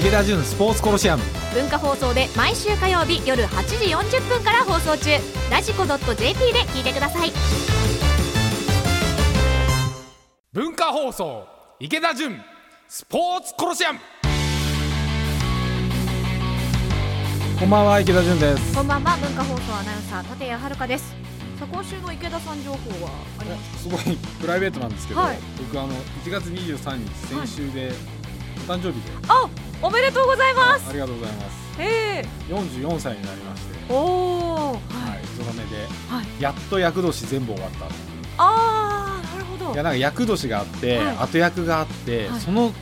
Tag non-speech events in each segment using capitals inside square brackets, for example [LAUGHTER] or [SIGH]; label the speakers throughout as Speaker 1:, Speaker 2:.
Speaker 1: 池田純スポーツコロシアム
Speaker 2: 文化放送で毎週火曜日夜8時40分から放送中ラジコ .jp で聞いてください
Speaker 3: 文化放送池田純スポーツコロシアム
Speaker 1: こんばんは池田純です
Speaker 2: こんばんは文化放送アナウンサー立谷遥ですさあ今週の池田さん情報はあります
Speaker 1: ごいプライベートなんですけど、
Speaker 2: はい
Speaker 1: 僕あの1月23日
Speaker 2: はい
Speaker 1: 先週で、お誕生日で
Speaker 2: あおめでとうございます
Speaker 1: ありがとうございます
Speaker 2: ええ
Speaker 1: 44歳になりまして
Speaker 2: おお
Speaker 1: はい、ゾロ目で、
Speaker 2: は
Speaker 1: やっと厄年全部終わった
Speaker 2: ああなるほど
Speaker 1: いやなんか厄年があって、
Speaker 2: はい
Speaker 1: 後役があって、
Speaker 2: はい
Speaker 1: その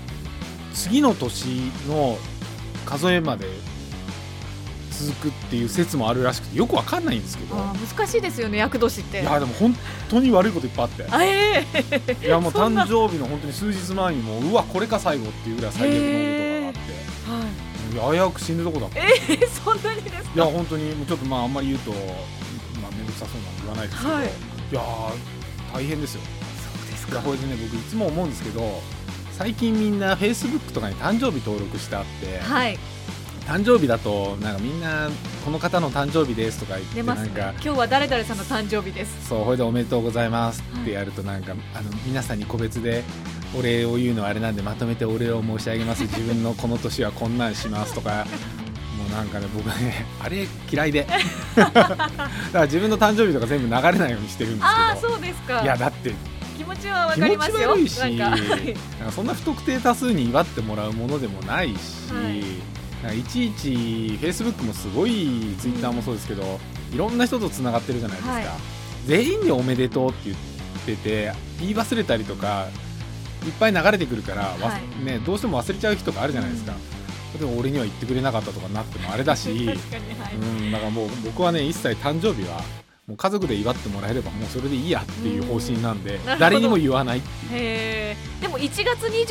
Speaker 1: 次の年の数えまで続くっていう説もあるらしくてよくわかんないんですけど
Speaker 2: あー難しいですよね厄年って
Speaker 1: いやでも本当に悪いこといっぱいあって
Speaker 2: あええ
Speaker 1: いやもう
Speaker 2: そん
Speaker 1: 誕
Speaker 2: な
Speaker 1: 生日の本当に数日前にもううわこれか最後っていうぐらい最悪のことが
Speaker 2: は
Speaker 1: あっていや危うく死ぬとこだったい
Speaker 2: いえそんなにですか
Speaker 1: や本当にもうちょっとまああんまり言うとまあ面倒くさそうなんで言わないですけど、
Speaker 2: はい
Speaker 1: い、やー大変ですよ
Speaker 2: そうです
Speaker 1: いやこれでね僕いつも思うんですけど最近みんなフェイスブックとかに誕生日登録してあって、
Speaker 2: はい
Speaker 1: 誕生日だとなんかみんなこの方の誕生日ですとか言って
Speaker 2: 出
Speaker 1: な
Speaker 2: ます
Speaker 1: ん
Speaker 2: ね
Speaker 1: か
Speaker 2: 今日は誰々さんの誕生日です
Speaker 1: そうほいでおめでとうございますっ
Speaker 2: はい
Speaker 1: てやるとなんか、あの皆さんに個別でお礼を言うのはあれなんでまとめてお礼を申し上げ
Speaker 2: [LAUGHS]
Speaker 1: ます自分のこの年はこんなんしますとかもうなんかね僕はね [LAUGHS] あれ嫌
Speaker 2: [LAUGHS]
Speaker 1: いでだから自分の誕生日とか全部流れないようにしてるんです
Speaker 2: ああ
Speaker 1: けど
Speaker 2: そうですか
Speaker 1: いやだって
Speaker 2: 気持ちはわ
Speaker 1: 気
Speaker 2: かり
Speaker 1: 持
Speaker 2: ます
Speaker 1: ち
Speaker 2: よ
Speaker 1: 悪いし
Speaker 2: なんかはい
Speaker 1: なんかそんな不特定多数に祝ってもらうものでもないし、
Speaker 2: はい
Speaker 1: なんかいちいち Facebook もすごい Twitter もそうですけど、いろんな人とつながってるじゃないですか、
Speaker 2: はい
Speaker 1: 全員で「おめでとう」って言ってて言い忘れたりとかいっぱい流れてくるから、わ
Speaker 2: は
Speaker 1: ね、どうしても忘れちゃう日とかあるじゃないですか、でも俺には言ってくれなかったとかなってもあれ
Speaker 2: [LAUGHS]
Speaker 1: だし、
Speaker 2: 確かにはい、
Speaker 1: うん、だからもう僕はね一切誕生日はもう家族で祝ってもらえればもうそれでいいやっていう方針なんで
Speaker 2: んなるほど
Speaker 1: 誰にも言わない
Speaker 2: へえでも1月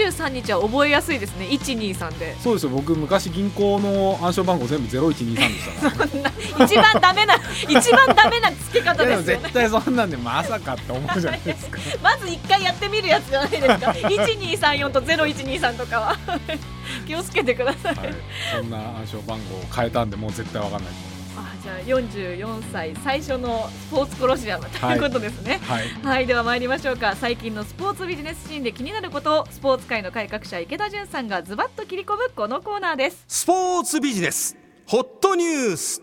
Speaker 2: 23日は覚えやすいですね123で
Speaker 1: [LAUGHS] そうですよ僕昔銀行の暗証番号全部0123でしたか
Speaker 2: 一番ダメな一番ダメな付け方
Speaker 1: らいやでも
Speaker 2: ですよね
Speaker 1: 絶対そんなんでまさかって思うじ
Speaker 2: [LAUGHS]
Speaker 1: ゃないですか
Speaker 2: まず1回やってみるやつじゃないですか1234と0123とかは [LAUGHS] 気をつけてください、
Speaker 1: はいそんな暗証番号を変えたんでもう絶対わかんないと思い
Speaker 2: あじゃあ44歳最初のスポーツコロシアムと
Speaker 1: はいいう
Speaker 2: ことですね
Speaker 1: ますはい
Speaker 2: はい、では参りましょうか最近のスポーツビジネスシーンで気になることをスポーツ界の改革者池田純さんがズバッと切り込むこのコーナーです
Speaker 3: スポーツビジネスホットニュース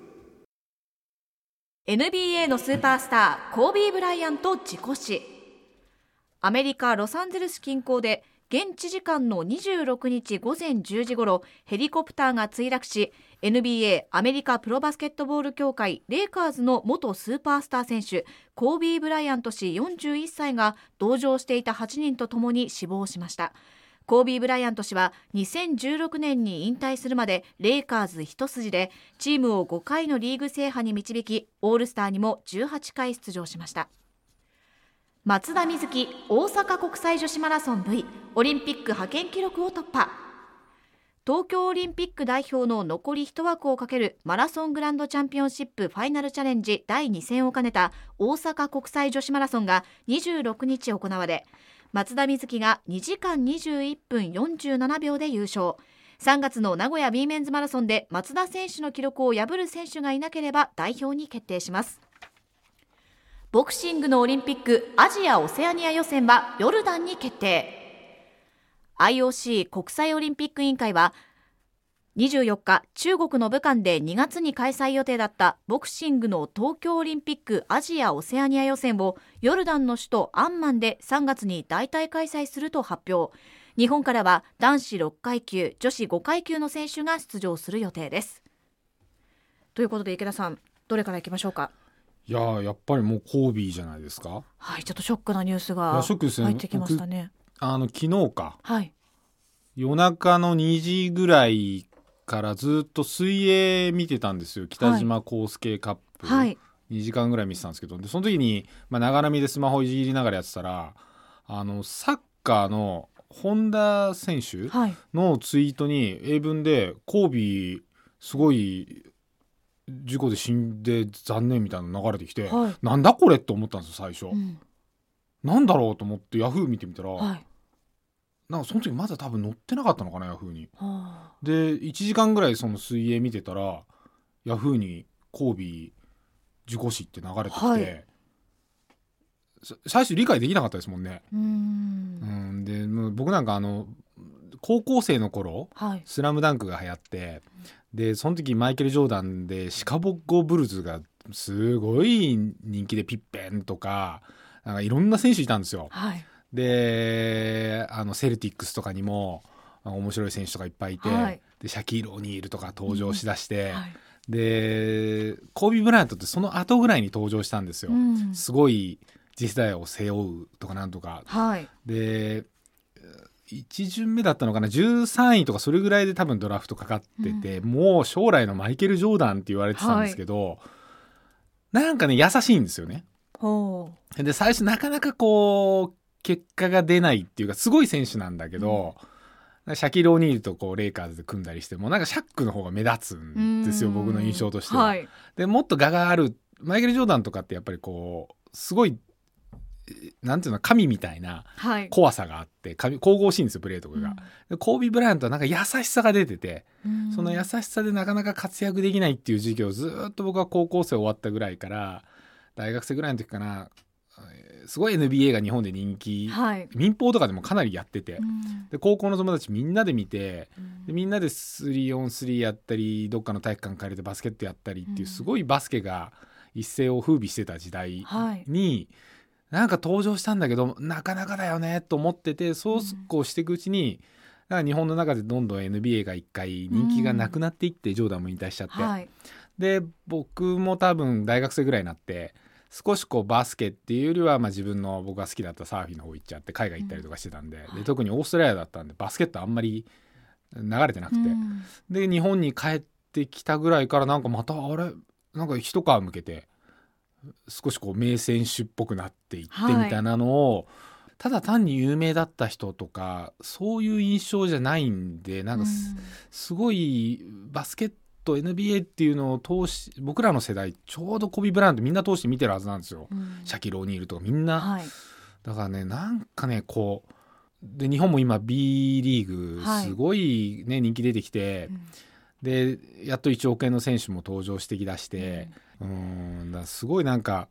Speaker 2: NBA のスーパースターコービー・ブライアント事故死アメリカ・ロサンゼルス近郊で現地時間の26日午前10時ごろヘリコプターが墜落し NBA アメリカプロバスケットボール協会レイカーズの元スーパースター選手コービー・ブライアント氏41歳が同乗していた8人とともに死亡しましたコービー・ブライアント氏は2016年に引退するまでレイカーズ一筋でチームを5回のリーグ制覇に導きオールスターにも18回出場しました松田瑞生大阪国際女子マラソン V オリンピック派遣記録を突破東京オリンピック代表の残り1枠をかけるマラソングランドチャンピオンシップファイナルチャレンジ第2戦を兼ねた大阪国際女子マラソンが26日行われ松田瑞生が2時間21分47秒で優勝3月の名古屋 B メンズマラソンで松田選手の記録を破る選手がいなければ代表に決定しますボクシングのオリンピックアジア・オセアニア予選はヨルダンに決定 IOC 国際オリンピック委員会は24日中国の武漢で2月に開催予定だったボクシングの東京オリンピックアジア・オセアニア予選をヨルダンの首都アンマンで3月に代替開催すると発表日本からは男子6階級女子5階級の選手が出場する予定ですということで池田さんどれからいきましょうか
Speaker 1: いやーやっぱりもうコービーじゃないですか
Speaker 2: はいちょっとショックなニュース
Speaker 1: い
Speaker 2: が
Speaker 1: やショックですね
Speaker 2: 入ってきましたね
Speaker 1: あの昨日か
Speaker 2: はい
Speaker 1: 夜中の2時ぐらいからずっと水泳見てたんですよ北島康介カップ、
Speaker 2: はい
Speaker 1: 2時間ぐらい見てたんですけどでその時にまあながらみでスマホいじりながらやってたらあのサッカーの本田選手
Speaker 2: はい
Speaker 1: のツイートに英文で「コービーすごい事故で死んで残念」みたいなの流れてきて、
Speaker 2: はい
Speaker 1: なんだこれって思ったんですよ最初、
Speaker 2: うん
Speaker 1: なんだろうと思ってヤフー見てみたら、
Speaker 2: はい
Speaker 1: なんかその時まだ多分乗ってなかったのかなヤフーに
Speaker 2: はあ
Speaker 1: で1時間ぐらいその水泳見てたらヤフーに「交尾事故死」って流れてきて、
Speaker 2: はい
Speaker 1: さ最初理解できなかったですもんね、
Speaker 2: うーん
Speaker 1: うん、でもう僕なんかあの高校生の頃
Speaker 2: はい
Speaker 1: 「スラムダンクが流行ってでその時マイケル・ジョーダンでシカボゴ・ブルズがすごい人気でピッペンとかなんかいろんな選手いたんですよ。
Speaker 2: はい
Speaker 1: であのセルティックスとかにもあ面白い選手とかいっぱいいて、
Speaker 2: はい
Speaker 1: でシャキール・オニールとか登場しだして、
Speaker 2: はい
Speaker 1: でコービー・ブライアントってその後ぐらいに登場したんですよ。
Speaker 2: うん
Speaker 1: すごい次世代を背負うとかなんとか
Speaker 2: はい
Speaker 1: で1巡目だったのかな13位とかそれぐらいで多分ドラフトかかってて、もう将来のマイケル・ジョーダンって言われてたんですけど、なんかね優しいんですよね。
Speaker 2: ほう
Speaker 1: で最初なかなかこう結果が出ないっていうかすごい選手なんだけど、シャキロ・オニールとこうレイカーズで組んだりしてもなんかシャックの方が目立つんですよ
Speaker 2: うーん
Speaker 1: 僕の印象としては。
Speaker 2: はい
Speaker 1: でもっと画があるマイケル・ジョーダンとかってやっぱりこうすごいえーなんていうの神みたいな
Speaker 2: はい
Speaker 1: 怖さがあって神神々しいんですよプレーとかが、でコービー・ブライアントはなんか優しさが出てて、
Speaker 2: うん
Speaker 1: その優しさでなかなか活躍できないっていう時期をずーっと僕は高校生終わったぐらいから大学生ぐらいの時かなえーすごい NBA が日本で人気、
Speaker 2: はい
Speaker 1: 民放とかでもかなりやってて、
Speaker 2: うん
Speaker 1: で高校の友達みんなで見て
Speaker 2: うん
Speaker 1: でみんなで 3on3 やったりどっかの体育館借りてバスケットやったりっていううんすごいバスケが一世を風靡してた時代
Speaker 2: はい
Speaker 1: に、なんか登場したんだけどなかなかだよねと思っててそうこうしていくうちに、なんか日本の中でどんどん NBA が一回人気がなくなっていって、ジョーダンも引退しちゃって、
Speaker 2: はい
Speaker 1: で僕も多分大学生ぐらいになって少しこうバスケっていうよりは、まあ、自分の僕が好きだったサーフィンの方行っちゃって海外行ったりとかしてたんで,、
Speaker 2: はい
Speaker 1: で特にオーストラリアだったんでバスケットあんまり流れてなくて、
Speaker 2: うん
Speaker 1: で日本に帰ってきたぐらいからなんかまたあれなんか一皮向けて少しこう名選手っぽくなっていって
Speaker 2: はい
Speaker 1: みたいなのを、ただ単に有名だった人とかそういう印象じゃないんでなんかす,、すごいバスケット NBA っていうのを通し僕らの世代ちょうどコビ・ブライアントみんな通して見てるはずなんですよ。
Speaker 2: うんうん
Speaker 1: シャキロニールとかみんな、
Speaker 2: はい
Speaker 1: だからねなんかねこうで日本も今 B リーグ
Speaker 2: はい
Speaker 1: すごい、ね人気出てきて、
Speaker 2: うん
Speaker 1: でやっと1億円の選手も登場してきだして、うーん、だからすごいなんか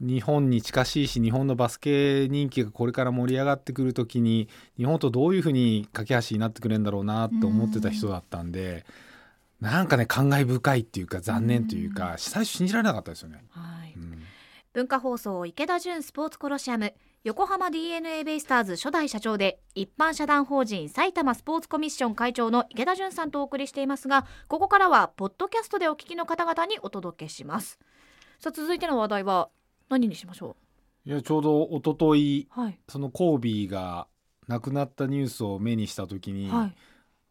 Speaker 1: 日本に近しいし日本のバスケ人気がこれから盛り上がってくるときに日本とどういうふうに架け橋になってくれるんだろうなと思ってた人だったんで、なんかね感慨深いっていうか残念というか、最初信じられなかったですよね。
Speaker 2: はい
Speaker 1: うん
Speaker 2: 文化放送池田純スポーツコロシアム横浜 d n a ベイスターズ初代社長で一般社団法人埼玉スポーツコミッション会長の池田純さんとお送りしていますがここからはポッドキャストでお聞きの方々にお届けしますさあ続いての話題は何にしましょ
Speaker 1: いやちょうど一昨日
Speaker 2: うはい
Speaker 1: そのコービーが亡くなったニュースを目にしたときに、
Speaker 2: はい、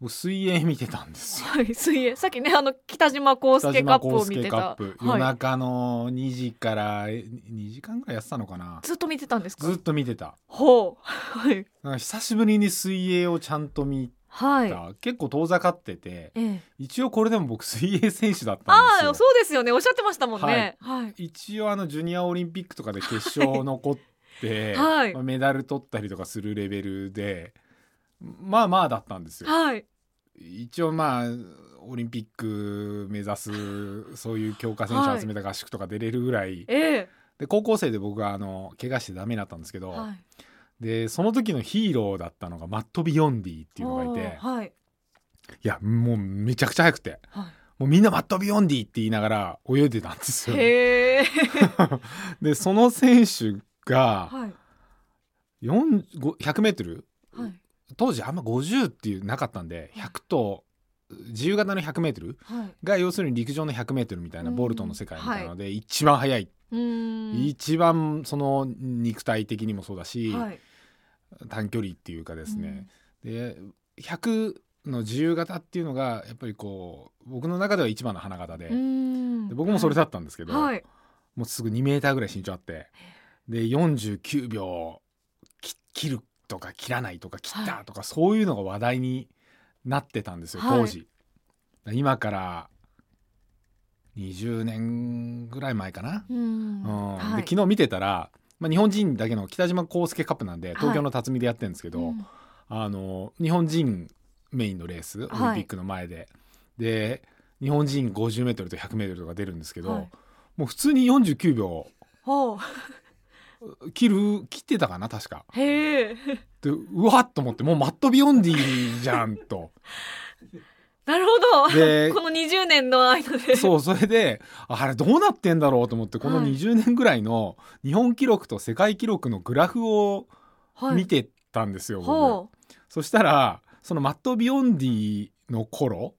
Speaker 1: 僕水泳見てたんですよ
Speaker 2: はい、水泳さっきねあの北島康介カップを見
Speaker 1: 北島康介
Speaker 2: てた
Speaker 1: カップ夜
Speaker 2: はい
Speaker 1: 中の2時からえ2時間ぐらいやってたのかな
Speaker 2: ずっと見てたんですか
Speaker 1: ずっと見てた
Speaker 2: ほうはい
Speaker 1: なんか久しぶりに水泳をちゃんと見
Speaker 2: はい
Speaker 1: た、結構遠ざかってて
Speaker 2: ええ
Speaker 1: 一応これでも僕水泳選手だったん
Speaker 2: あ
Speaker 1: で
Speaker 2: あ
Speaker 1: すよ
Speaker 2: そうですよねおっしゃってましたもんねはい
Speaker 1: 一応あのジュニアオリンピックとかで決勝残って、
Speaker 2: [LAUGHS] はい
Speaker 1: まあメダル取ったりとかするレベルでまあまあだったんですよ
Speaker 2: はい
Speaker 1: 一応まあオリンピック目指すそういう強化選手集めた合宿とか出れるぐらい
Speaker 2: ええ
Speaker 1: で高校生で僕はあの怪我してダメだったんですけど、
Speaker 2: はい
Speaker 1: でその時のヒーローだったのがマット・ビヨンディっていうのがいて
Speaker 2: おーはい
Speaker 1: いやもうめちゃくちゃ速くて
Speaker 2: は
Speaker 1: もうみんなマット・ビヨンディって言いながら泳いでたんです
Speaker 2: い、
Speaker 1: よ。 [LAUGHS]
Speaker 2: へえ、
Speaker 1: でその選手が
Speaker 2: はい
Speaker 1: 4 5 100メートル
Speaker 2: はい
Speaker 1: 当時あんま50っていうなかったんで100と自由形の100メートル
Speaker 2: はい、
Speaker 1: が要するに陸上の100メートルみたいな
Speaker 2: うん
Speaker 1: ボルトの世界みたいなので一番速い、
Speaker 2: うーん
Speaker 1: 一番その肉体的にもそうだし、
Speaker 2: はい
Speaker 1: 短距離っていうかですね、で100の自由形っていうのがやっぱりこう僕の中では一番の花形で,、
Speaker 2: うーん
Speaker 1: で僕もそれだったんですけど、
Speaker 2: はい
Speaker 1: もうすぐ2メーターぐらい身長あってで49秒き切るとか切らないとか切ったとか、そういうのが話題になってたんですよ
Speaker 2: はい
Speaker 1: 当時、今から20年ぐらい前かな、
Speaker 2: うーん
Speaker 1: うん
Speaker 2: は
Speaker 1: で
Speaker 2: い
Speaker 1: 昨日見てたら、まあ、日本人だけの北島康介カップなんで東京の辰巳でやってるんですけど、
Speaker 2: うん
Speaker 1: あの日本人メインのレースオリン
Speaker 2: はい
Speaker 1: ピックの前で、で日本人 50m と 100m とか出るんですけど、
Speaker 2: はい
Speaker 1: もう普通に49秒
Speaker 2: ほう
Speaker 1: 切る切ってたかな確か。
Speaker 2: へえ [LAUGHS]
Speaker 1: でうわっと思ってもうマット・ビヨンディじゃん
Speaker 2: [LAUGHS]
Speaker 1: と。
Speaker 2: なるほど
Speaker 1: で
Speaker 2: この20年の間で
Speaker 1: そうそれであれどうなってんだろうと思ってこの
Speaker 2: はい
Speaker 1: 20年ぐらいの日本記録と世界記録のグラフを
Speaker 2: はい
Speaker 1: 見てたんですよ、僕
Speaker 2: ほう
Speaker 1: そしたらそのマット・ビヨンディの頃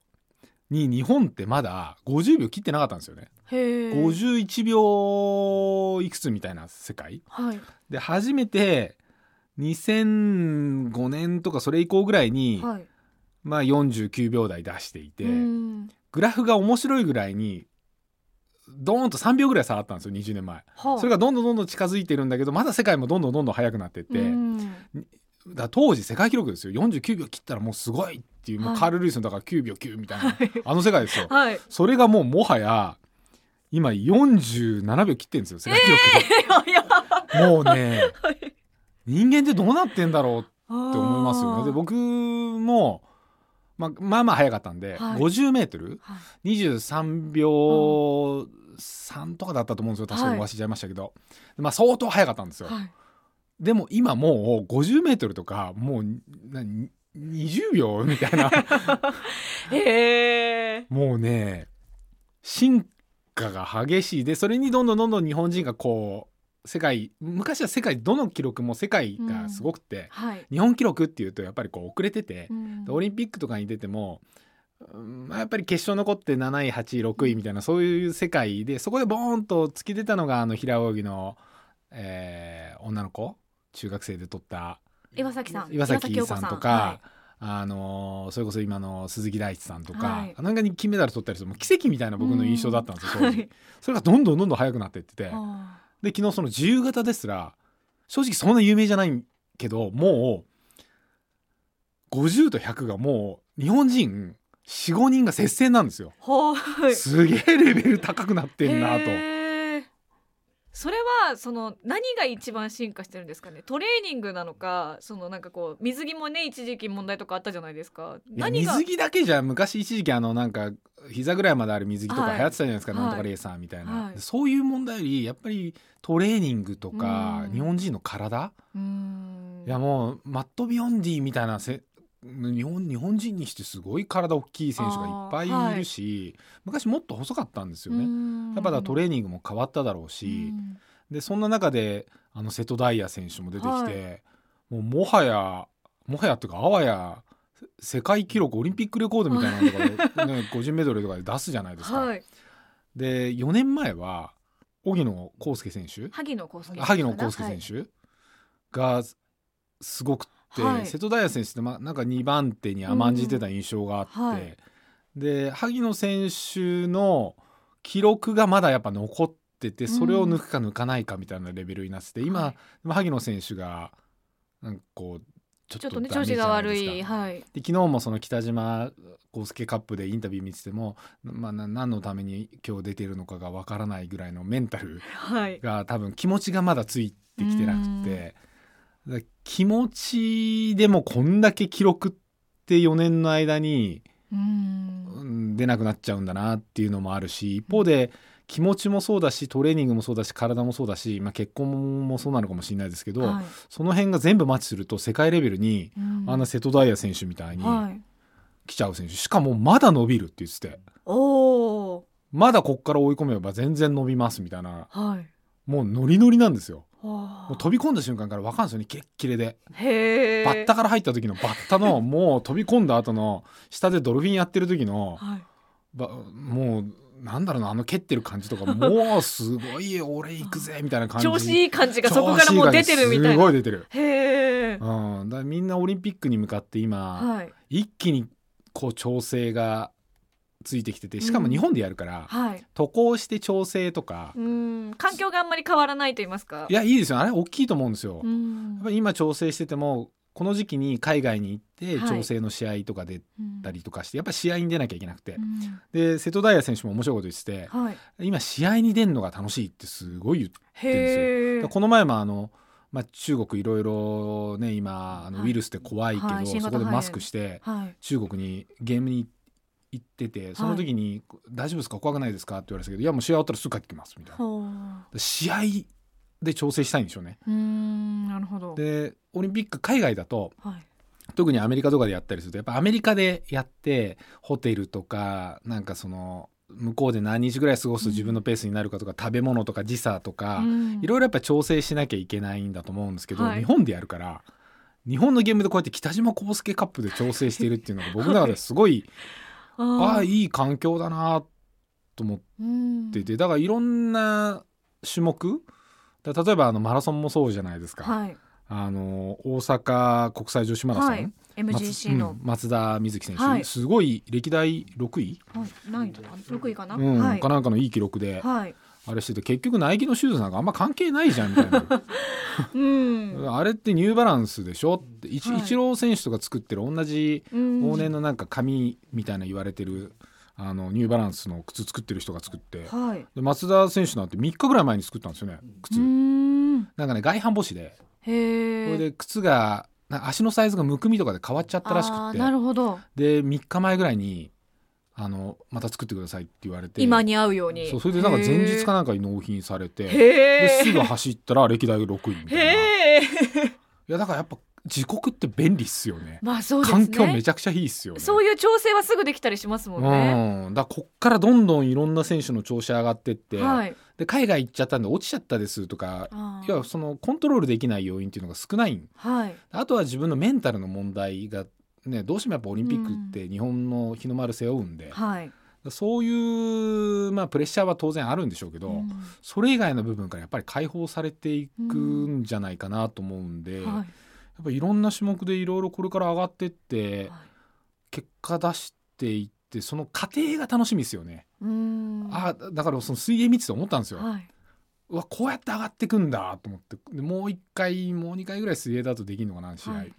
Speaker 1: に日本ってまだ50秒切ってなかったんですよね、
Speaker 2: へえ
Speaker 1: 51秒いくつみたいな世界
Speaker 2: はい
Speaker 1: で初めて2005年とかそれ以降ぐらいに、
Speaker 2: はい
Speaker 1: まあ、49秒台出していて、
Speaker 2: うん
Speaker 1: グラフが面白いぐらいにドーンと3秒ぐらい下がったんですよ20年前
Speaker 2: はあ
Speaker 1: それがどんどんどんどん近づいてるんだけどまだ世界もどんどんどんどん速くなってって、
Speaker 2: うん
Speaker 1: だから当時世界記録ですよ49秒切ったらもうすごいっていう、もう
Speaker 2: はい
Speaker 1: カール・ルイスのだから9秒9みたいな、あの世界
Speaker 2: [LAUGHS]
Speaker 1: ですよ、 [LAUGHS]
Speaker 2: はい
Speaker 1: それがもうもはや今47秒切ってるんですよ世界記録
Speaker 2: いや
Speaker 1: が、もうね
Speaker 2: はい
Speaker 1: 人間ってどうなってんだろう
Speaker 2: あー
Speaker 1: って思いますよねで僕もまあまあまあ早かったんで、
Speaker 2: はい
Speaker 1: 50m
Speaker 2: はい
Speaker 1: 23秒3とかだったと思うんですよ確か
Speaker 2: はい
Speaker 1: におわしちゃいましたけど、まあ相当早かったんですよ、
Speaker 2: はい
Speaker 1: でも今もう 50m とかもうなに20秒みたいな
Speaker 2: へえ
Speaker 1: もうね進化が激しいでそれにどんどんどんどん日本人がこう世界昔は世界どの記録も世界がすごくて、
Speaker 2: はい
Speaker 1: 日本記録っていうとやっぱりこう遅れてて、
Speaker 2: うん
Speaker 1: でオリンピックとかに出ても、うんまあやっぱり決勝残って7位8位6位みたいなそういう世界でそこでボーンと突き出たのがあの平泳ぎの、えー女の子中学生で取った
Speaker 2: 岩崎さん
Speaker 1: 岩崎さんとか
Speaker 2: は。
Speaker 1: あのーそれこそ今の鈴木大地さんとか、
Speaker 2: はい
Speaker 1: なんかに金メダル取ったりするもう奇跡みたいな僕の印象だったんですよ、
Speaker 2: うん
Speaker 1: 当時それがどんどんどんどん速くなっていってて
Speaker 2: いあ
Speaker 1: で昨日その自由形ですら正直そんな有名じゃないけどもう50と100がもう日本人45人が接戦なんですよ。
Speaker 2: ーはい
Speaker 1: すげえレベル高くなってんなと。
Speaker 2: へーそれはその何が一番進化してるんですかねトレーニングなのかそのなんかこう水着もね一時期問題とかあったじゃないですか
Speaker 1: いや
Speaker 2: 何が
Speaker 1: 水着だけじゃ昔一時期あのなんか膝ぐらいまである水着とか
Speaker 2: はい
Speaker 1: 流行ってたじゃないですか、
Speaker 2: はい
Speaker 1: なんとかレーサーみたいな、
Speaker 2: はい
Speaker 1: そういう問題よりやっぱりトレーニングとか
Speaker 2: うん
Speaker 1: 日本人の体、
Speaker 2: うーん
Speaker 1: いやもうマット・ビヨンディみたいなせ日本日本人にしてすごい体大きい選手がいっぱいいるし、昔もっと細かったんですよね。やっぱだからト
Speaker 2: レ
Speaker 1: レーニングも変わっただろうし、でそんな中であの瀬戸大也選手も出てきて、
Speaker 2: は
Speaker 1: もうもはやもはやっていうかあわや世界記録オリンピックレコードみたいなのと [LAUGHS] かで、ね、50メドレーとかで出すじゃないですか。
Speaker 2: はい
Speaker 1: で4年前は荻野公介選手
Speaker 2: 萩野公介選手かな
Speaker 1: 萩野公介選手がすごくって、
Speaker 2: はい
Speaker 1: 瀬戸大也選手って、ま、なんか2番手に甘んじてた印象があって、
Speaker 2: うんはい
Speaker 1: で萩野選手の記録がまだやっぱ残っててそれを抜くか抜かないかみたいなレベルになってて、今、
Speaker 2: はい
Speaker 1: でも萩野選手がなんかこうち
Speaker 2: ち
Speaker 1: ょ
Speaker 2: ょ
Speaker 1: っ
Speaker 2: っ
Speaker 1: と
Speaker 2: とね
Speaker 1: ダメ
Speaker 2: 調
Speaker 1: じ
Speaker 2: 子
Speaker 1: ゃな
Speaker 2: が
Speaker 1: いで
Speaker 2: 悪
Speaker 1: すか
Speaker 2: いはい
Speaker 1: で昨日もその北島康介カップでインタビュー見てても、まあ、な何のために今日出てるのかがわからないぐらいのメンタル
Speaker 2: はい
Speaker 1: が多分気持ちがまだついてきてなくてだから気持ちでもこんだけ記録って4年の間に、
Speaker 2: うーん
Speaker 1: うん出なくなっちゃうんだなっていうのもあるし一方で気持ちもそうだしトレーニングもそうだし体もそうだし、まあ、結婚もそうなのかもしれないですけど、
Speaker 2: はい
Speaker 1: その辺が全部マッチすると世界レベルに
Speaker 2: うん
Speaker 1: あんな瀬戸大也選手みたいに
Speaker 2: はい
Speaker 1: 来ちゃう選手しかもまだ伸びるって言ってて
Speaker 2: おお
Speaker 1: まだこっから追い込めば全然伸びますみたいな
Speaker 2: はい
Speaker 1: もうノリノリなんですよ。
Speaker 2: も
Speaker 1: もう飛び込んだ瞬間から分かるんですよねキレッキレで、
Speaker 2: へえ
Speaker 1: バッタから入った時のバッタ
Speaker 2: [LAUGHS]
Speaker 1: のもう飛び込んだ後の下でドルフィンやってる時の
Speaker 2: はい
Speaker 1: ばもうなんだろうなあの蹴ってる感じとか
Speaker 2: [LAUGHS]
Speaker 1: もうすごい俺行くぜみたいな感じ
Speaker 2: 調子いい感じが
Speaker 1: 調
Speaker 2: そこからもう出てるみた
Speaker 1: 子がねす
Speaker 2: い
Speaker 1: ご
Speaker 2: ない
Speaker 1: 出て
Speaker 2: [LAUGHS]
Speaker 1: る、
Speaker 2: へえ
Speaker 1: うん、だからみんなオリンピックに向かって今、
Speaker 2: はい
Speaker 1: 一気にこう調整がついてきててしかも
Speaker 2: うん
Speaker 1: 日本でやるから、
Speaker 2: はい
Speaker 1: 渡航して調整とか、
Speaker 2: うん環境があんまり変わらないと言いますか
Speaker 1: いやいいですよあれ大きいと思うんですよ、
Speaker 2: うん
Speaker 1: やっぱり今調整しててもこの時期に海外に行って
Speaker 2: はい
Speaker 1: 調整の試合とか出たりとかして、やっぱり試合に出なきゃいけなくて、
Speaker 2: うん
Speaker 1: で瀬戸大也選手も面白いこと言ってて
Speaker 2: はい
Speaker 1: 今試合に出るのが楽しいってすごい言って
Speaker 2: へえ
Speaker 1: この前もあのまあ、中国いろいろね今あの
Speaker 2: はい
Speaker 1: ウイルスって怖いけど、
Speaker 2: はい新
Speaker 1: そこ
Speaker 2: 型
Speaker 1: で
Speaker 2: 肺炎
Speaker 1: マスクして
Speaker 2: はい。
Speaker 1: 中国にゲームに行っててその時に「大丈夫ですか怖くないですか?」って言われたけど「いやもう試合終わったらすぐ帰ってきます」みたいな
Speaker 2: ほう。う
Speaker 1: 試合で調整したいんでしょうね
Speaker 2: ーん、なるほど。
Speaker 1: でオリンピック海外だと
Speaker 2: はい。
Speaker 1: 特にアメリカとかでやったりするとやっぱアメリカでやってホテルとかなんかその向こうで何日ぐらい過ごすと自分のペースになるかとか、食べ物とか時差とか、
Speaker 2: うん
Speaker 1: いろいろやっぱ調整しなきゃいけないんだと思うんですけど、
Speaker 2: はい
Speaker 1: 日本でやるから日本のゲームでこうやって北島康介カップで調整しているっていうのが僕の中です
Speaker 2: [LAUGHS]
Speaker 1: ごい、ああ
Speaker 2: あ
Speaker 1: いい環境だなと思っ
Speaker 2: ーうん
Speaker 1: ててだからいろんな種目だから例えばあのマラソンもそうじゃないですか、
Speaker 2: はい。
Speaker 1: あの大阪国際女子マラソン、
Speaker 2: はい。MGC
Speaker 1: う
Speaker 2: の
Speaker 1: ん、松田瑞生選手、
Speaker 2: はい
Speaker 1: すごい歴代6位、
Speaker 2: はいない六位かな。
Speaker 1: うん
Speaker 2: はい
Speaker 1: か。なんかのいい記録で、
Speaker 2: はい。
Speaker 1: あれしてて結局ナイキのシューズなんかあんま関係ないじゃんみたいな。
Speaker 2: [LAUGHS] うん。
Speaker 1: あれってニューバランスでしょって一、
Speaker 2: はい
Speaker 1: 一郎選手とか作ってる同じ
Speaker 2: 往
Speaker 1: 往年のなんか紙みたいな言われてるあのニューバランスの靴作ってる人が作って
Speaker 2: はい。う
Speaker 1: で松田選手なんて3日ぐらい前に作ったんですよね靴
Speaker 2: ーん。
Speaker 1: なんかね外反母趾でこ
Speaker 2: へえ。
Speaker 1: れで靴がな足のサイズがむくみとかで変わっちゃったらし
Speaker 2: あ
Speaker 1: く
Speaker 2: ー
Speaker 1: て
Speaker 2: なるほど。
Speaker 1: で3日前ぐらいにあのまた作ってくださいって言われて
Speaker 2: 今に合うように。
Speaker 1: そうそれでなんか前日かなんかに納品されて
Speaker 2: へ
Speaker 1: で
Speaker 2: え。
Speaker 1: すぐ走ったら歴代6位みたいな。
Speaker 2: へえ。
Speaker 1: いやだからやっぱ自国って便利っすよね。
Speaker 2: [LAUGHS] まあそうですね。
Speaker 1: 環境めちゃくちゃいいっすよね。
Speaker 2: そういう調整はすぐできたりしますもんね。
Speaker 1: うん、だからこっからどんどんいろんな選手の調子上がってって、
Speaker 2: はい。
Speaker 1: で海外行っちゃったんで落ちちゃったですとか、
Speaker 2: あー
Speaker 1: 要はそのコントロールできない要因っていうのが少ないん
Speaker 2: はい。
Speaker 1: あとは自分のメンタルの問題が、ね、どうしてもやっぱオリンピックって日本の日の丸背負うんで、
Speaker 2: はい。
Speaker 1: そういう、まあ、プレッシャーは当然あるんでしょうけど、それ以外の部分からやっぱり解放されていくんじゃないかなと思うんで、
Speaker 2: うん
Speaker 1: や
Speaker 2: は
Speaker 1: っぱいろんな種目でいろいろこれから上がってって。
Speaker 2: い。はい
Speaker 1: 結果出していってその過程が楽しみですよね、
Speaker 2: うーん。
Speaker 1: あーだからその水泳見てて思ったんですよ、
Speaker 2: はい。
Speaker 1: うわこうやって上がってくんだと思ってでもう1回もう2回ぐらい水泳だとできるのかな試合、
Speaker 2: はい
Speaker 1: い、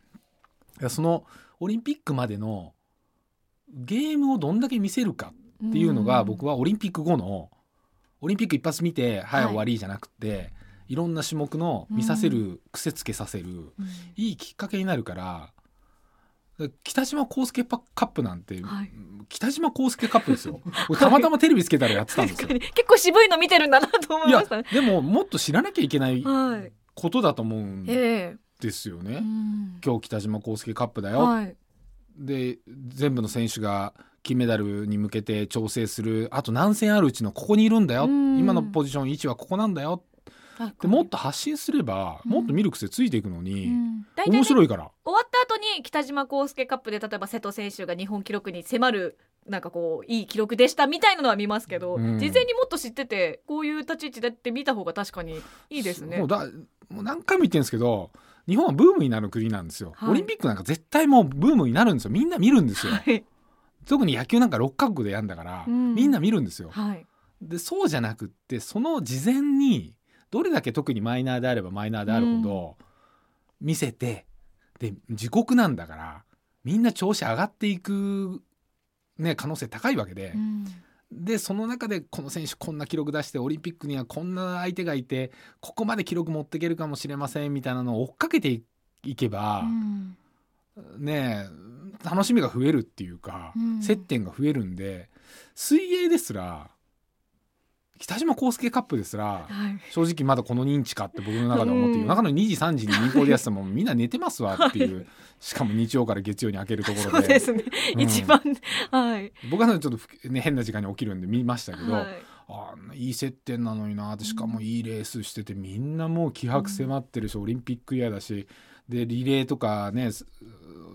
Speaker 1: やそのオリンピックまでのゲームをどんだけ見せるかっていうのが僕
Speaker 2: は
Speaker 1: はオリンピック後のオリンピック一発見て「はい、
Speaker 2: はい
Speaker 1: 終わり」じゃなくていろんな種目の見させる癖つけさせるいいきっかけになるから北島康介パカップなんて、
Speaker 2: はい
Speaker 1: 北島康介カップです
Speaker 2: [LAUGHS]
Speaker 1: よ俺たまたまテレビつけたらやってたんです
Speaker 2: 確
Speaker 1: よ
Speaker 2: か。に [LAUGHS] 結構渋いの見てるんだなと思
Speaker 1: い
Speaker 2: いま
Speaker 1: や
Speaker 2: したね。
Speaker 1: でももっと知らなきゃいけない
Speaker 2: はい。
Speaker 1: ことだと思うん
Speaker 2: え
Speaker 1: ですよね。
Speaker 2: え。うん
Speaker 1: 今日北島康介カップだよ、
Speaker 2: はい。
Speaker 1: で全部の選手が金メダルに向けて調整するあと何戦あるうちのここにいるんだよ
Speaker 2: うん
Speaker 1: 今のポジション位置はここなんだよ
Speaker 2: あ
Speaker 1: でもっと発信すれば
Speaker 2: うん
Speaker 1: もっと見る癖ついていくの
Speaker 2: う
Speaker 1: に、
Speaker 2: ん大体ね
Speaker 1: 面白いから。
Speaker 2: 終わった後に北島康介カップで例えば瀬戸選手が日本記録に迫るなんかこういい記録でしたみたいなのは見ますけど、
Speaker 1: うん
Speaker 2: 事前にもっと知っててこういう立ち位置だって見た方が確かにいいですね
Speaker 1: もう。だもう何回も言ってるんですけど日本はブームになる国なんですよ、
Speaker 2: はい
Speaker 1: オリンピックなんか絶対もうブームになるんですよみんな見るんですよ
Speaker 2: はい、
Speaker 1: 特に野球なんか6カ国でやんだから、
Speaker 2: うん
Speaker 1: みんな見るんですよ
Speaker 2: はい、
Speaker 1: でそうじゃなくってその事前にどれだけ特にマイナーであればマイナーであるほど見せて、で自国なんだからみんな調子上がっていく、ね、可能性高いわけで、
Speaker 2: うん
Speaker 1: でその中でこの選手こんな記録出してオリンピックにはこんな相手がいてここまで記録持っていけるかもしれませんみたいなのを追っかけていいけば、ねえ楽しみが増えるっていうか、
Speaker 2: うん
Speaker 1: 接点が増えるんで水泳ですら北島康介カップですら
Speaker 2: はい
Speaker 1: 正直まだこの認知かって僕の中では思っている、
Speaker 2: う
Speaker 1: 夜
Speaker 2: ん
Speaker 1: 中の2時3時に民放でやっててもみんな寝てますわっていう、しかも日曜から月曜に明けるとこ
Speaker 2: そ
Speaker 1: ろ
Speaker 2: うで
Speaker 1: です
Speaker 2: ね、
Speaker 1: うん
Speaker 2: 一番はい、
Speaker 1: 僕はちょっとふ、ね、変な時間に起きるんで見ましたけど、
Speaker 2: はい、
Speaker 1: あんないい接点なのになってしかもいいレースしててみんなもう気迫迫ってるし、オリンピックイヤーだしでリレーとかねす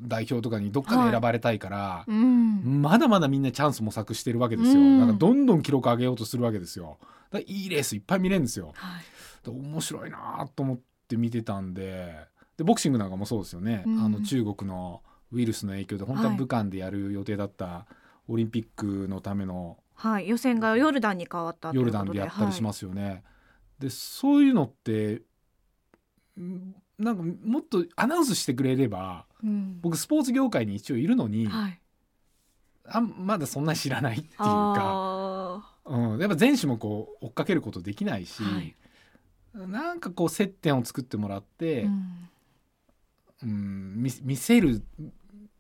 Speaker 1: 代表とかにどっかで選ばれたいから、
Speaker 2: うん
Speaker 1: まだまだみんなチャンス模索してるわけですよ、
Speaker 2: うん
Speaker 1: なんかどんどん記録上げようとするわけですよだからいいレースいっぱい見れるんですよ
Speaker 2: はい
Speaker 1: で面白いなと思って見てたんででボクシングなんかもそうですよね、
Speaker 2: うん
Speaker 1: あの中国のウイルスの影響で本当は
Speaker 2: はい
Speaker 1: 武漢でやる予定だったオリンピックのための、
Speaker 2: はい、予選がヨルダンに変わったとい
Speaker 1: ヨ
Speaker 2: う
Speaker 1: ル
Speaker 2: こと
Speaker 1: ダンでやったりし
Speaker 2: は
Speaker 1: ますよね。でそういうのってんなんかもっとアナウンスしてくれれば
Speaker 2: いうん
Speaker 1: 僕スポーツ業界に一応いるのに、
Speaker 2: はい、
Speaker 1: あまだそんな知らないっていうか、
Speaker 2: あ
Speaker 1: うん、やっぱ全種目を追っかけることできないし、
Speaker 2: はい
Speaker 1: なんかこう接点を作ってもらって、
Speaker 2: うん
Speaker 1: うん見見せる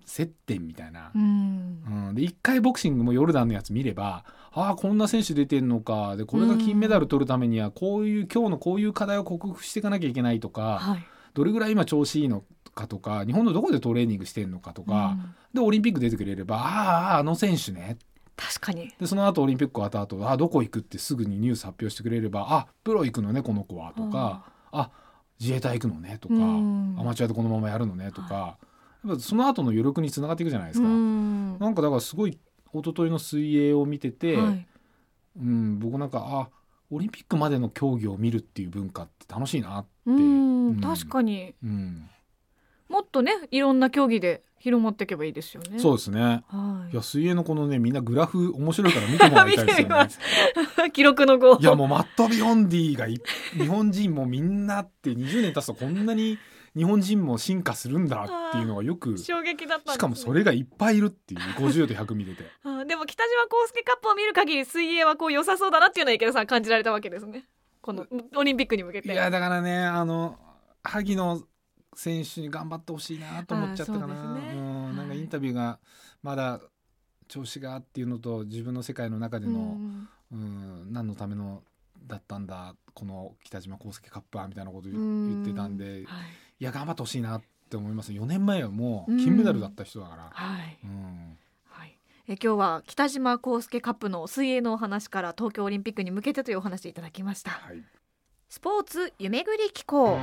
Speaker 1: 接点みたいな
Speaker 2: う、ん
Speaker 1: うん、で一回ボクシングもヨルダンのやつ見ればああこんな選手出てんのかでこれが金メダル取るためにはこういう今日のこういう課題を克服していかなきゃいけないとか
Speaker 2: はい
Speaker 1: どれぐらい今調子いいのかとか日本のどこでトレーニングしてんのかとか、でオリンピック出てくれればあああの選手ね
Speaker 2: 確かに
Speaker 1: でその後オリンピック終わった後あどこ行くってすぐにニュース発表してくれればあプロ行くのねこの子はとか、あ自衛隊行くのねとか、
Speaker 2: うん
Speaker 1: アマチュアでこのままやるのねとか、やっぱその後の余力につながっていくじゃないですか。
Speaker 2: うん
Speaker 1: なんかだからすごい一昨日の水泳を見てて、
Speaker 2: はい
Speaker 1: うん、僕なんかあオリンピックまでの競技を見るっていう文化って楽しいな、
Speaker 2: うん
Speaker 1: うん
Speaker 2: 確かに
Speaker 1: うん
Speaker 2: もっとねいろんな競技で広まっていけばいいですよね。
Speaker 1: そうですね
Speaker 2: はい
Speaker 1: や水泳のこのねみんなグラフ面白いから見てもらいたいですよ
Speaker 2: 見てみ
Speaker 1: ね
Speaker 2: ま。 [LAUGHS] い、記録の後
Speaker 1: いやもうマット・ビヨンディがい日本人もみんなって20年経つとこんなに日本人も進化するんだっていうのがよくし
Speaker 2: 衝撃だったんです、ね、
Speaker 1: かもそれがいっぱいいるっていう50と100見てて
Speaker 2: あでも北島康介カップを見る限り水泳はこう良さそうだなっていうのは池田さん感じられたわけですねこのオリンピックに向け
Speaker 1: い
Speaker 2: て
Speaker 1: やだからねあの萩野選手に頑張ってほしいなと思っちゃったか
Speaker 2: あーそ
Speaker 1: な
Speaker 2: うですね
Speaker 1: うんなんか
Speaker 2: はい
Speaker 1: インタビューがまだ調子がっていうのと自分の世界の中で
Speaker 2: う
Speaker 1: の、
Speaker 2: ん
Speaker 1: うん、何のためのだったんだこの北島康介カップはみたいなこと
Speaker 2: う
Speaker 1: 言言
Speaker 2: ん
Speaker 1: ってたんで
Speaker 2: はい
Speaker 1: いや頑張ってほしいなって思います4年前はも
Speaker 2: う
Speaker 1: うん金メダルだった人だから、
Speaker 2: はい
Speaker 1: うん
Speaker 2: はいえ今日は北島康介カップの水泳のお話から東京オリンピックに向けてというお話いただきました
Speaker 1: はい、
Speaker 2: スポーツ夢ぐり機構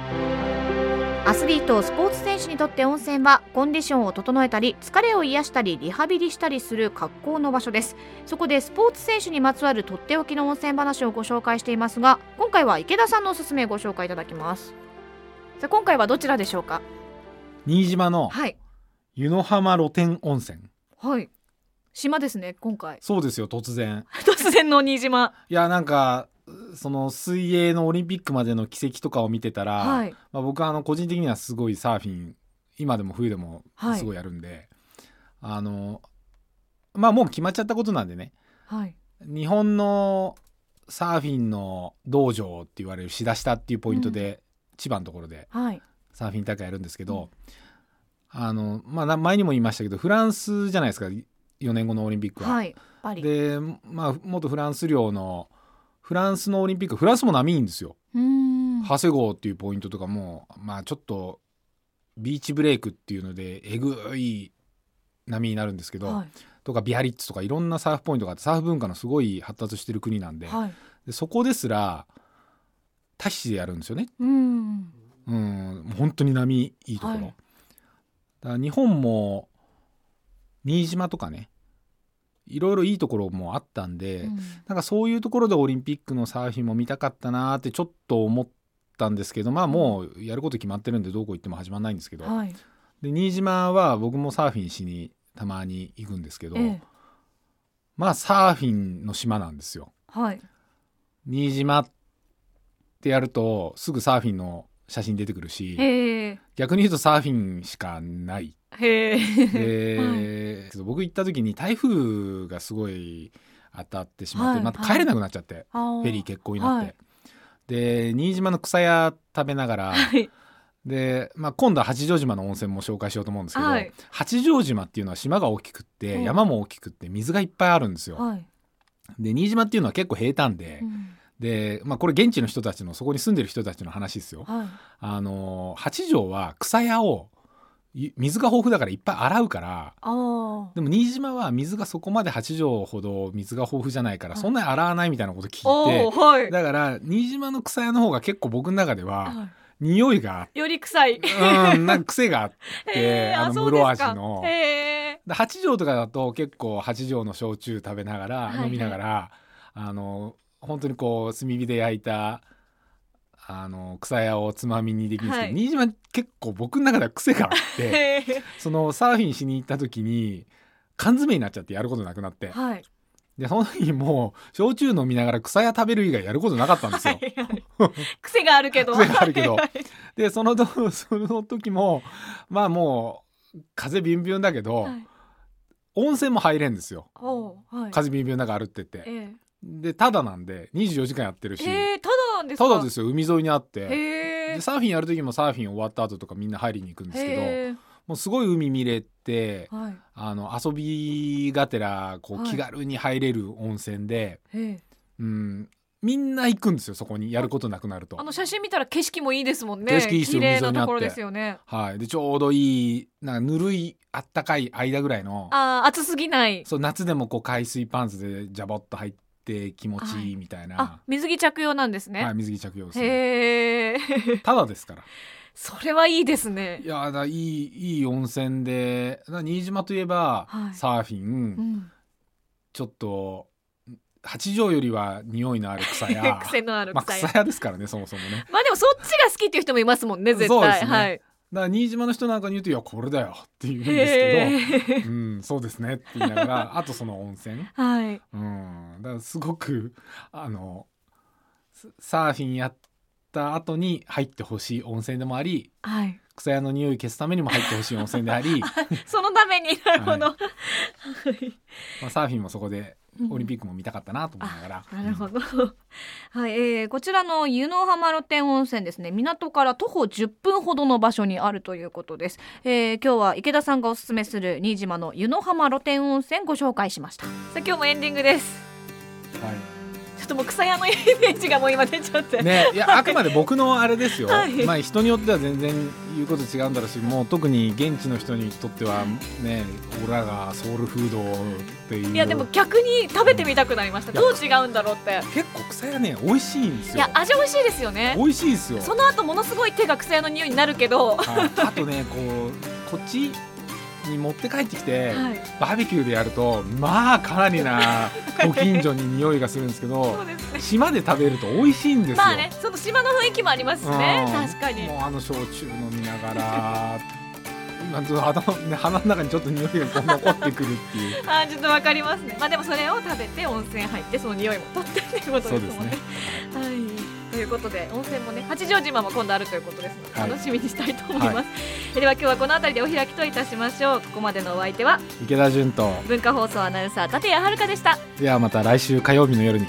Speaker 2: アスリートスポーツ選手にとって温泉はコンディションを整えたり疲れを癒したりリハビリしたりする格好の場所ですそこでスポーツ選手にまつわるとっておきの温泉話をご紹介していますが今回は池田さんのおすすめご紹介いただきますさあ今回はどちらでしょうか
Speaker 1: 新島の
Speaker 2: はい
Speaker 1: 湯の浜露天温泉
Speaker 2: はい島ですね今回 [LAUGHS]
Speaker 1: そうですよ突然
Speaker 2: 突然の新島
Speaker 1: いやなんかその水泳のオリンピックまでの軌跡とかを見てたら、
Speaker 2: はい
Speaker 1: まあ、僕はあの個人的にはすごいサーフィン今でも冬でも
Speaker 2: はい
Speaker 1: すごいやるんで、あのまあもう決まっちゃったことなんでね
Speaker 2: はい
Speaker 1: 日本のサーフィンの道場って言われる志田下っていうポイントで、千葉のところで
Speaker 2: はい
Speaker 1: サーフィン大会やるんですけど、あのまあな前にも言いましたけどフランスじゃないですか4年後のオリンピックは。
Speaker 2: はいパリ
Speaker 1: でまあ元フランス領のフランスのオリンピックフランスも波いいんですよ。
Speaker 2: うーん
Speaker 1: 長谷郷っていうポイントとかもまあちょっとビーチブレイクっていうのでえぐい波になるんですけど、
Speaker 2: は
Speaker 1: とかビアリッツとかいろんなサーフポイントがあってサーフ文化のすごい発達してる国なん
Speaker 2: い
Speaker 1: で,、
Speaker 2: はい
Speaker 1: でそこですらタヒチでやるんですよね。
Speaker 2: うーん
Speaker 1: うん、もう本当に波いいところ、
Speaker 2: はい
Speaker 1: だから日本も新島とかねいろいろいいところもあったんで、
Speaker 2: うん
Speaker 1: なんかそういうところでオリンピックのサーフィンも見たかったなーってちょっと思ったんですけどまあもうやること決まってるんでどこ行っても始まんないんですけど、
Speaker 2: はい
Speaker 1: で新島は僕もサーフィンしにたまに行くんですけど、
Speaker 2: ええ
Speaker 1: まあサーフィンの島なんですよ。
Speaker 2: はい
Speaker 1: 新島ってやるとすぐサーフィンの写真出てくるし、
Speaker 2: へえ
Speaker 1: 逆に言うとサーフィンしか
Speaker 2: [LAUGHS]
Speaker 1: ない。
Speaker 2: へ
Speaker 1: で、
Speaker 2: え。
Speaker 1: 僕行った時に台風がすごい当たってしまって、
Speaker 2: はい
Speaker 1: また帰れなくなっちゃって、フ
Speaker 2: フ
Speaker 1: ェリー欠航になって。
Speaker 2: はい
Speaker 1: で新島の草屋食べながら
Speaker 2: はい。
Speaker 1: で、まあ、今度は八丈島の温泉も紹介しようと思うんですけど、
Speaker 2: はい
Speaker 1: 八丈島っていうのは島が大きくって、
Speaker 2: うん
Speaker 1: 山も大きくって水がいっぱいあるんですよ。
Speaker 2: はい。
Speaker 1: で新島っていうのは結構平坦で、
Speaker 2: うん
Speaker 1: で、まあ、これ現地の人たちのそこに住んでる人たちの話ですよ。
Speaker 2: はい。
Speaker 1: あの八丈は草屋をい水が豊富だからいっぱい洗うから
Speaker 2: ああ。
Speaker 1: でも新島は水がそこまで八丈ほど水が豊富じゃないから
Speaker 2: はい
Speaker 1: そんなに洗わないみたいなこと聞
Speaker 2: お
Speaker 1: い
Speaker 2: お、はい
Speaker 1: て。だから新島の草屋の方が結構僕の中では
Speaker 2: は
Speaker 1: 匂いが
Speaker 2: いより臭い。
Speaker 1: うんなんか癖があっ
Speaker 2: へ
Speaker 1: て
Speaker 2: ー
Speaker 1: あの
Speaker 2: そうです
Speaker 1: 室
Speaker 2: か
Speaker 1: 味の
Speaker 2: へえ。
Speaker 1: で八畳とかだと結構八畳の焼酎食べながら、
Speaker 2: はいはい
Speaker 1: 飲みながらあの本当にこう炭火で焼いたあの草屋をつまみにできるんですけど、
Speaker 2: はい
Speaker 1: 新島結構僕の中では癖があっ
Speaker 2: [LAUGHS]
Speaker 1: て
Speaker 2: へえ。
Speaker 1: そのサーフィンしに行った時に缶詰になっちゃってやることなくなって
Speaker 2: はい。
Speaker 1: でその時もう焼酎飲みながら草屋食べる以外やることなかったんです
Speaker 2: は
Speaker 1: よ。
Speaker 2: いはい。
Speaker 1: [LAUGHS]
Speaker 2: 癖があるけど。
Speaker 1: 癖があるけど
Speaker 2: はいはい
Speaker 1: でその [LAUGHS] どその時もまあもう風ビュンビュンだけど、
Speaker 2: はい
Speaker 1: 温泉も入れんですよ
Speaker 2: おお、はい。
Speaker 1: 風ビュンビュンだから歩ってって。
Speaker 2: ええ
Speaker 1: でただなんで24時間やってるし、
Speaker 2: ええ、ただなんですか
Speaker 1: ただですよ海沿いにあって
Speaker 2: へえ
Speaker 1: でサーフィンやる時もサーフィン終わった後とかみんな入りに行くんですけど
Speaker 2: へ
Speaker 1: もうすごい海見れて
Speaker 2: えはい
Speaker 1: あの遊びがてらこ
Speaker 2: は
Speaker 1: う
Speaker 2: い
Speaker 1: 気軽に入れる温泉で、
Speaker 2: へえ
Speaker 1: うん、みんな行くんですよそこにやることなくなると
Speaker 2: あ。の写真見たら景色もいいですもんね
Speaker 1: 景色いいですよ
Speaker 2: 綺麗なところですよね
Speaker 1: はい、でちょうどいいなんかぬるいあったかい間ぐらいの
Speaker 2: あー暑すぎない
Speaker 1: そう夏でもこう海水パンツでジャボッと入って気持ちいいみたい
Speaker 2: あ
Speaker 1: な、
Speaker 2: 水着着用なんです
Speaker 1: はい
Speaker 2: ね、
Speaker 1: 水着着用ですね
Speaker 2: へえ
Speaker 1: ただですから
Speaker 2: [LAUGHS] それはいいですね
Speaker 1: いやだいいいい温泉でだ新島といえば、
Speaker 2: はい
Speaker 1: サーフィン、
Speaker 2: うん
Speaker 1: ちょっと八丈よりは匂いのある草や
Speaker 2: [LAUGHS] 癖のある
Speaker 1: まあ、
Speaker 2: 臭い、
Speaker 1: 草屋ですからねそもそもね
Speaker 2: まあでもそっちが好きっていう人もいますもんね絶対
Speaker 1: そうですね
Speaker 2: はい
Speaker 1: だから新島の人なんかに言うと「いやこれだよ」って言うんです
Speaker 2: へえ
Speaker 1: けど「うんそうですね」って言いながらあとその温泉
Speaker 2: はい
Speaker 1: うんだからすごくあのスサーフィンやった後に入ってほしい温泉でもあり
Speaker 2: はい
Speaker 1: 草屋の匂い消すためにも入ってほしい温泉であ
Speaker 2: [LAUGHS]
Speaker 1: り、ま
Speaker 2: そのためになるほど、は
Speaker 1: はいあ、サーフィンもそこでオリン
Speaker 2: ピ
Speaker 1: ピックも見たかったなと思いながら、
Speaker 2: なるほど [LAUGHS] はい、えー、こちらの湯の浜露天温泉ですね港から徒歩10分ほどの場所にあるということです、えー、今日は池田さんがおすすめする新島の湯の浜露天温泉ご紹介しましたさあ今日もエンディングです
Speaker 1: はい
Speaker 2: ちょっともう草屋のイメージがもう今出ちゃって、
Speaker 1: ね、いやあくまで僕のあれですよ、
Speaker 2: はい
Speaker 1: まあ、人によっては全然言うこと違うんだろうしもう特に現地の人にとってはねオラがソウルフードっていう
Speaker 2: い
Speaker 1: い
Speaker 2: やでも逆に食べてみたくなりました
Speaker 1: いや
Speaker 2: どう違うんだろうって
Speaker 1: 結構草屋ね美味しいんです
Speaker 2: い
Speaker 1: よ
Speaker 2: や味美味しいですよね
Speaker 1: 美味しいですよ、
Speaker 2: その後ものすごい手が草屋の匂いになるけど、は
Speaker 1: はいあとねこうこっちに持って帰ってきて、
Speaker 2: い、
Speaker 1: バーベキューでやるとまあかなり
Speaker 2: [LAUGHS]
Speaker 1: なご近所に匂いがするんですけ
Speaker 2: そ
Speaker 1: ど
Speaker 2: うですね
Speaker 1: 島で食べると美味しいんですよ、
Speaker 2: まあねその島の雰囲気もありますしね
Speaker 1: うん
Speaker 2: 確かに
Speaker 1: もうあの焼酎飲みながら今ちょっと頭ね鼻の中にちょっと匂いがこう残ってくるっていう
Speaker 2: [LAUGHS] あーちょっとわかりますね。まあでもそれを食べて温泉入ってその匂いも取ってっていうことですもんね。はい。ということで温泉もね八丈島も今度あるということですので、
Speaker 1: はい
Speaker 2: 楽しみにしたいと思います。では今日はこのあたりでお開きといたしましょう。ここまでのお相手は
Speaker 1: 池田純と
Speaker 2: 文化放送アナウンサー立谷遥香でした。
Speaker 1: ではまた来週火曜日の夜に